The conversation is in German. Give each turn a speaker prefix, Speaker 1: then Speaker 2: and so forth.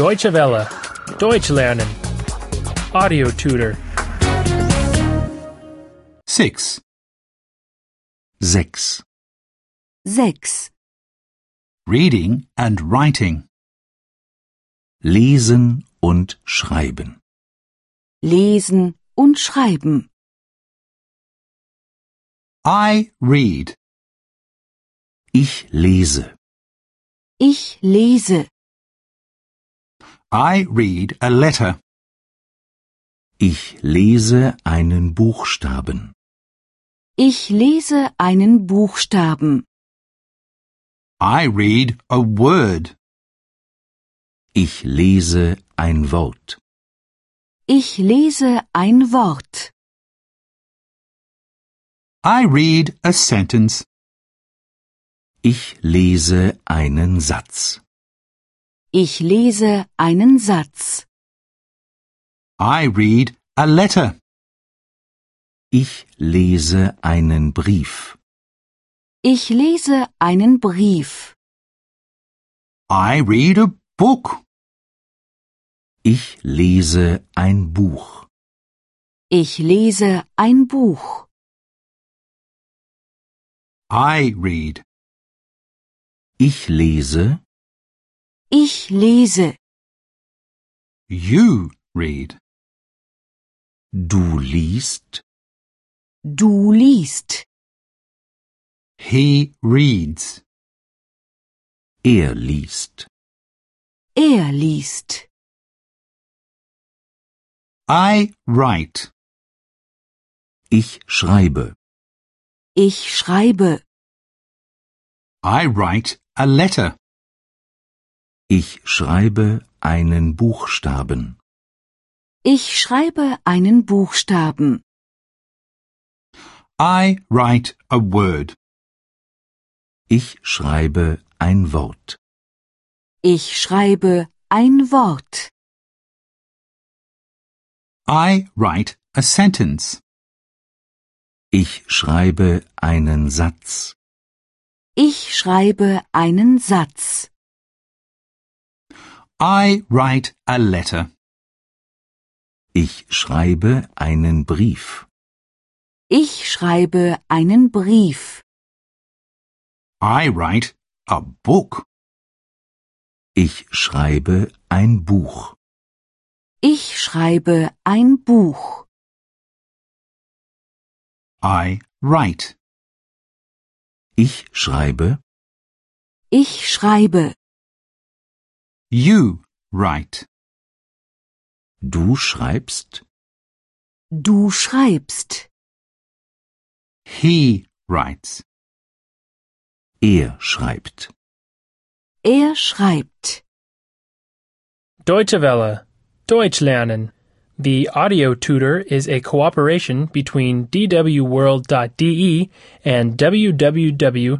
Speaker 1: Deutsche Welle. Deutsch lernen. Audio tutor.
Speaker 2: 6. 6.
Speaker 3: 6.
Speaker 2: Reading and Writing. Lesen und Schreiben.
Speaker 3: Lesen und Schreiben.
Speaker 2: I read. Ich lese.
Speaker 3: Ich lese.
Speaker 2: I read a letter. Ich lese einen Buchstaben.
Speaker 3: Ich lese einen Buchstaben.
Speaker 2: I read a word. Ich lese ein Wort.
Speaker 3: Ich lese ein Wort.
Speaker 2: I read a sentence. Ich lese einen Satz.
Speaker 3: Ich lese einen Satz.
Speaker 2: I read a letter. Ich lese einen Brief.
Speaker 3: Ich lese einen Brief.
Speaker 2: I read a book. Ich lese ein Buch.
Speaker 3: Ich lese ein Buch.
Speaker 2: I read. Ich lese.
Speaker 3: Ich lese.
Speaker 2: You read. Du liest.
Speaker 3: Du liest.
Speaker 2: He reads. Er liest.
Speaker 3: Er liest.
Speaker 2: I write. Ich schreibe.
Speaker 3: Ich schreibe.
Speaker 2: I write a letter. Ich schreibe einen Buchstaben.
Speaker 3: Ich schreibe einen Buchstaben.
Speaker 2: I write a word. Ich schreibe ein Wort.
Speaker 3: Ich schreibe ein Wort.
Speaker 2: I write a sentence. Ich schreibe einen Satz.
Speaker 3: Ich schreibe einen Satz.
Speaker 2: I write a letter. Ich schreibe einen Brief.
Speaker 3: Ich schreibe einen Brief.
Speaker 2: I write a book. Ich schreibe ein Buch.
Speaker 3: Ich schreibe ein Buch.
Speaker 2: I write. Ich schreibe.
Speaker 3: Ich schreibe.
Speaker 2: You write. Du schreibst.
Speaker 3: Du schreibst.
Speaker 2: He writes. Er schreibt.
Speaker 3: Er schreibt.
Speaker 1: Deutsche Welle. Deutsch lernen. The audio tutor is a cooperation between E dwworld.de and www.book2.de.